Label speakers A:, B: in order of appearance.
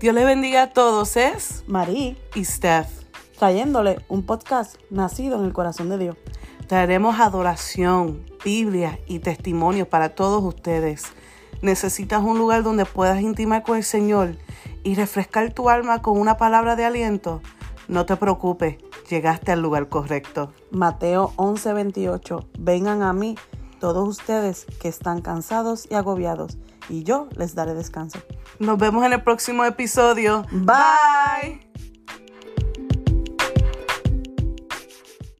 A: Dios les bendiga a todos, es
B: Marí,
A: y Steph.
B: trayéndole un podcast nacido en el corazón de Dios.
A: Traeremos adoración, Biblia y testimonio para todos ustedes. Necesitas un lugar donde puedas intimar con el Señor y refrescar tu alma con una palabra de aliento. No te preocupes, llegaste al lugar correcto.
B: Mateo 11:28, vengan a mí todos ustedes que están cansados y agobiados, y yo les daré descanso.
A: Nos vemos en el próximo episodio.
B: Bye.
A: Bye.